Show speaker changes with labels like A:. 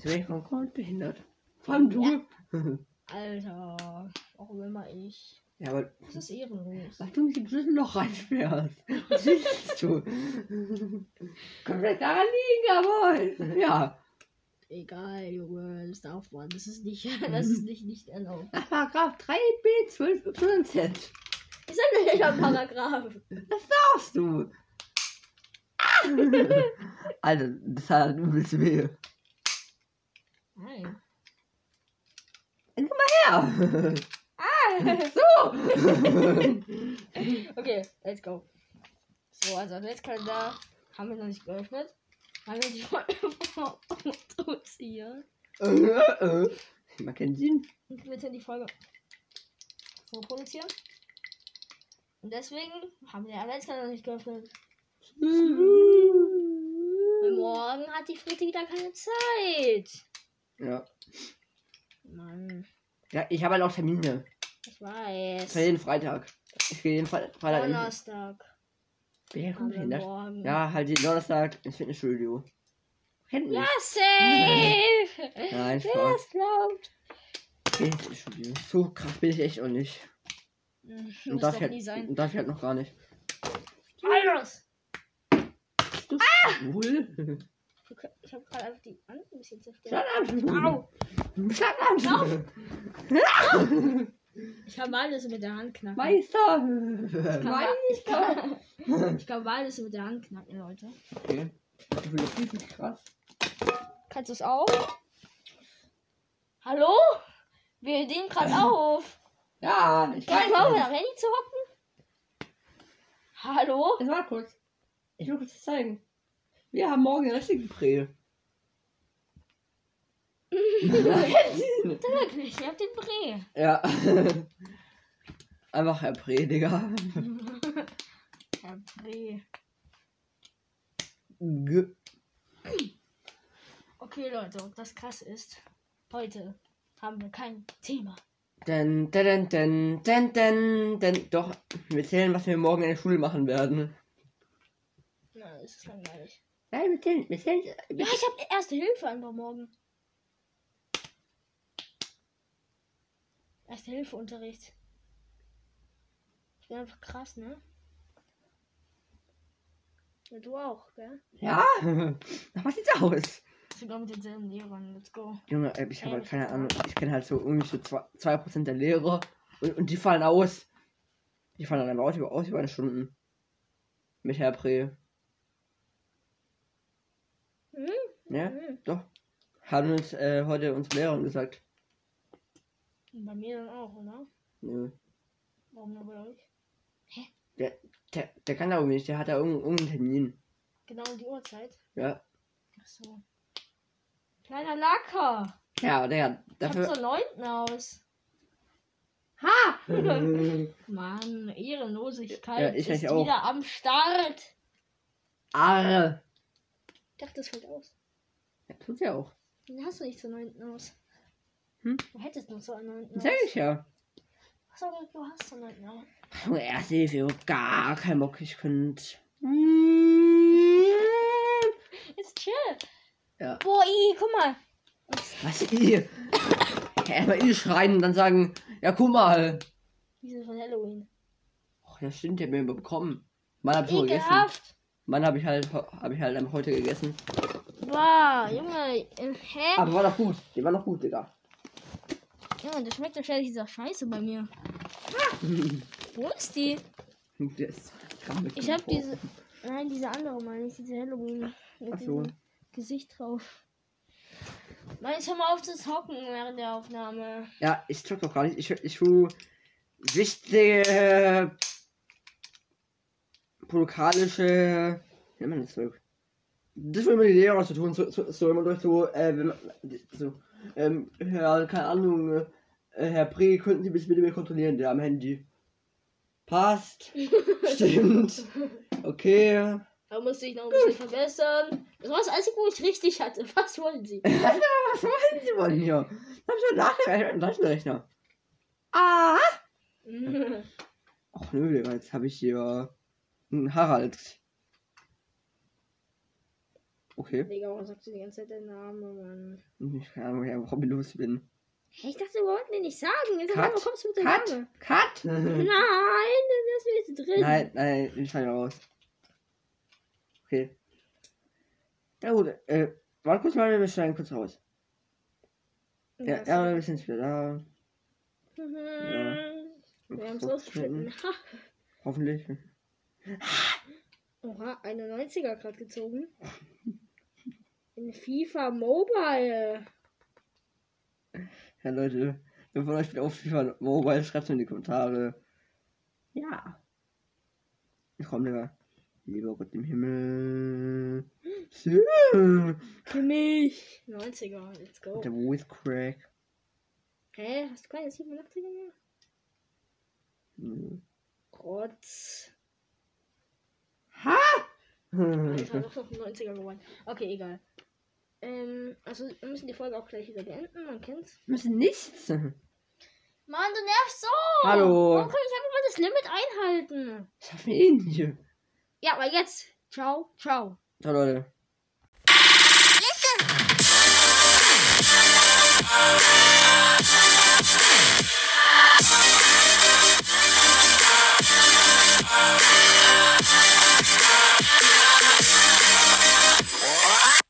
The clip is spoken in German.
A: Vielleicht von Gold behindert. Vor allem du. Ja,
B: Alter, warum immer ich?
A: aber
B: Das ist ehrenlos.
A: weil du mich in dieses Loch reinsperrst. Siehst du. Komplett daran liegen, aber ja.
B: Egal, Junge, das darf man. Das ist nicht, das ist nicht, nicht erlaubt.
A: Nach Paragraph 3b 12 Z
B: Ist ein welcher Paragraph?
A: darfst du. also, das hat übelst weh.
B: Nein.
A: Ja. so.
B: Okay, let's go. So, also Adventskalender haben wir noch nicht geöffnet. Haben wir die Folge produziert.
A: Äh, äh. ich mag keinen Sinn.
B: Und wir sind die Folge vorproduzieren. Und deswegen haben wir den Adventskalender noch nicht geöffnet. Weil morgen hat die Fritte wieder keine Zeit.
A: Ja.
B: Mann,
A: ja, ich habe halt auch Termine.
B: ich
A: Ich gehe
B: weiß.
A: jeden Freitag. Ich gehe jeden Fre Freitag. in-
B: Donnerstag.
A: Wer kommt
B: Aber
A: denn das?
B: morgen.
A: ne? Ja, halt jeden Donnerstag ins Fitnessstudio. Kennt mich.
B: Ja, safe!
A: Nein,
B: Wer
A: Spaß.
B: es glaubt?
A: Geh ins Fitnessstudio. So krass bin ich echt noch nicht.
B: Muss
A: Und darf
B: doch
A: ich, halt,
B: nie sein.
A: und darf ich halt noch gar nicht.
B: Alles!
A: Ah! Wohl.
B: Ich hab gerade einfach die Hand ein bisschen zerstört.
A: Schlag ab!
B: Au!
A: Schlag ab!
B: Ich kann Walnüsse mit der Hand knacken.
A: Meister!
B: kann
A: Meister!
B: mal- ich kann, ich kann Walnüsse mit der Hand knacken, Leute.
A: Okay. Ich will das richtig krass.
B: Kannst du es auch? Hallo? Wir nehmen gerade auf.
A: Ja, ich
B: Ich glaube,
A: weiß.
B: da Renny zu hocken. Hallo?
A: Es war Also kurz. Ich will kurz was zeigen. Wir haben morgen einen richtigen Prel.
B: Wirklich, ihr habt den Bree.
A: ja. Einfach Herr Prel, Digga.
B: Herr Bree.
A: G-
B: Okay, Leute, und das krass ist, heute haben wir kein Thema.
A: Denn, denn, denn, denn, denn, denn. Doch, wir zählen, was wir morgen in der Schule machen werden.
B: Na, das ist langweilig.
A: Nein, wir zählen, wir zählen.
B: Ja, ich habe erste Hilfe einfach morgen. Erste Hilfe Unterricht. Ich bin einfach krass, ne? Ja, du auch, gell?
A: Ja, nach was sieht's aus?
B: Sogar mit denselben Lehrern. Let's go.
A: Junge, ey, ich habe halt keine Ahnung. Ich kenne halt so irgendwie so zwei- 2% der Lehrer und, und die fallen aus. Die fallen dann aber aus über, aus über eine Stunden. Mit Herr Prel.
B: Hm?
A: Ja,
B: Mhm.
A: doch. Haben uns äh, heute unsere Lehrerin gesagt.
B: Und bei mir dann auch, oder?
A: Nö.
B: Warum nur bei euch?
A: Der, der kann da irgendwie nicht, der hat da irgendeinen, irgendeinen Termin.
B: Genau um die Uhrzeit.
A: Ja.
B: Ach so. Kleiner Lacker.
A: Ja, der
B: Ich hab
A: dafür.
B: zur neunten aus. Mann, Ehrenlosigkeit
A: Ja, ich
B: ist
A: eigentlich auch.
B: wieder am Start.
A: Are.
B: Ich dachte, das fällt aus.
A: Ja, tut ja auch.
B: Den hast du nicht zur 9. aus.
A: Hm?
B: Du hättest noch zur 9. aus.
A: Sag ich ja.
B: Achso, aber du hast zur 9. aus.
A: Junge, erste Hilfe, ich hab gar keinen Bock, ich könnte.
B: Ist chill.
A: Ja.
B: Boah, ii, guck mal.
A: Was ihr? Erstmal ihr schreien und dann sagen, ja guck mal.
B: Die sind von Halloween.
A: Oh, das stimmt, der hat mir bekommen. Mann hab ich schon gegessen.
B: Ekelhaft.
A: Mann hab ich halt hab ich halt am heute gegessen.
B: Boah, Junge. äh, Hä?
A: Aber war doch gut. Die war doch gut, Digga.
B: Junge, das schmeckt wahrscheinlich dieser Scheiße bei mir. Wo ist die?
A: Der ist krampig
B: Ich hab
A: gebrochen.
B: diese. Nein, diese andere meine ich, diese Halloween. Mit
A: Ach so.
B: diesem Gesicht drauf. Mann, jetzt hör mal auf zu zocken während der Aufnahme.
A: Ja, ich drück doch gar nicht. Ich, ich tu wichtige äh, pokalische. Wie nennt man das Zeug? Das will immer die Lehrer zu tun, so, so, so immer durch so, äh, wenn man, so, ähm, ja, keine Ahnung, äh, Herr Pre, könnten Sie mich bitte mehr kontrollieren, der am Handy. Passt. Stimmt. Okay.
B: Da musste ich noch ein bisschen verbessern. Das war das Einzige, wo ich richtig hatte. Was wollen Sie?
A: Was wollen Sie wollen hier? Ich hab schon nachgerechnet, einen Taschenrechner. Ah! Ach nö, Digga, jetzt habe ich hier einen Harald. Okay.
B: Digga, warum sagst du die ganze Zeit den Namen, Mann?
A: Ich keine Ahnung, ja, worauf ich los bin.
B: Hey, ich dachte, wir wollten den nicht sagen. Jetzt
A: Cut.
B: warum kommst du mit dem
A: Cut!
B: Namen?
A: Cut!
B: Nein,
A: nein,
B: dann ist wir jetzt drin.
A: nein, ich fall raus. Okay. Ja gut, äh, warte kurz mal, wir schneiden kurz raus. Ja, ja, wir sind wieder da.
B: Mhm. Wir haben es
A: Kurz
B: rausgeschnitten. Ha.
A: gucken. Hoffentlich.
B: Oha, 91er gerade gezogen. In FIFA Mobile.
A: Ja Leute, wer von euch spielt auf FIFA Mobile, schreibt in die Kommentare. Ja. Ich komm, Digga. Lieber Gott im Himmel. Hm. Der
B: Für mich. 90er, let's go.
A: Voice Crack.
B: Hä, hast du keine 87er mehr?
A: Hm.
B: Rotz. Ich habe
A: Ha!
B: doch noch einen 90er gewonnen. Okay, egal. Ähm, also wir müssen die Folge auch gleich wieder beenden, man kennt's.
A: Müssen nichts.
B: Mann, du nervst so!
A: Hallo.
B: Warum kann Oh, ich einfach mal das Limit einhalten?
A: Schaffen wir eh nicht.
B: Ja, aber jetzt. Ciao, ciao.
A: Ciao Leute.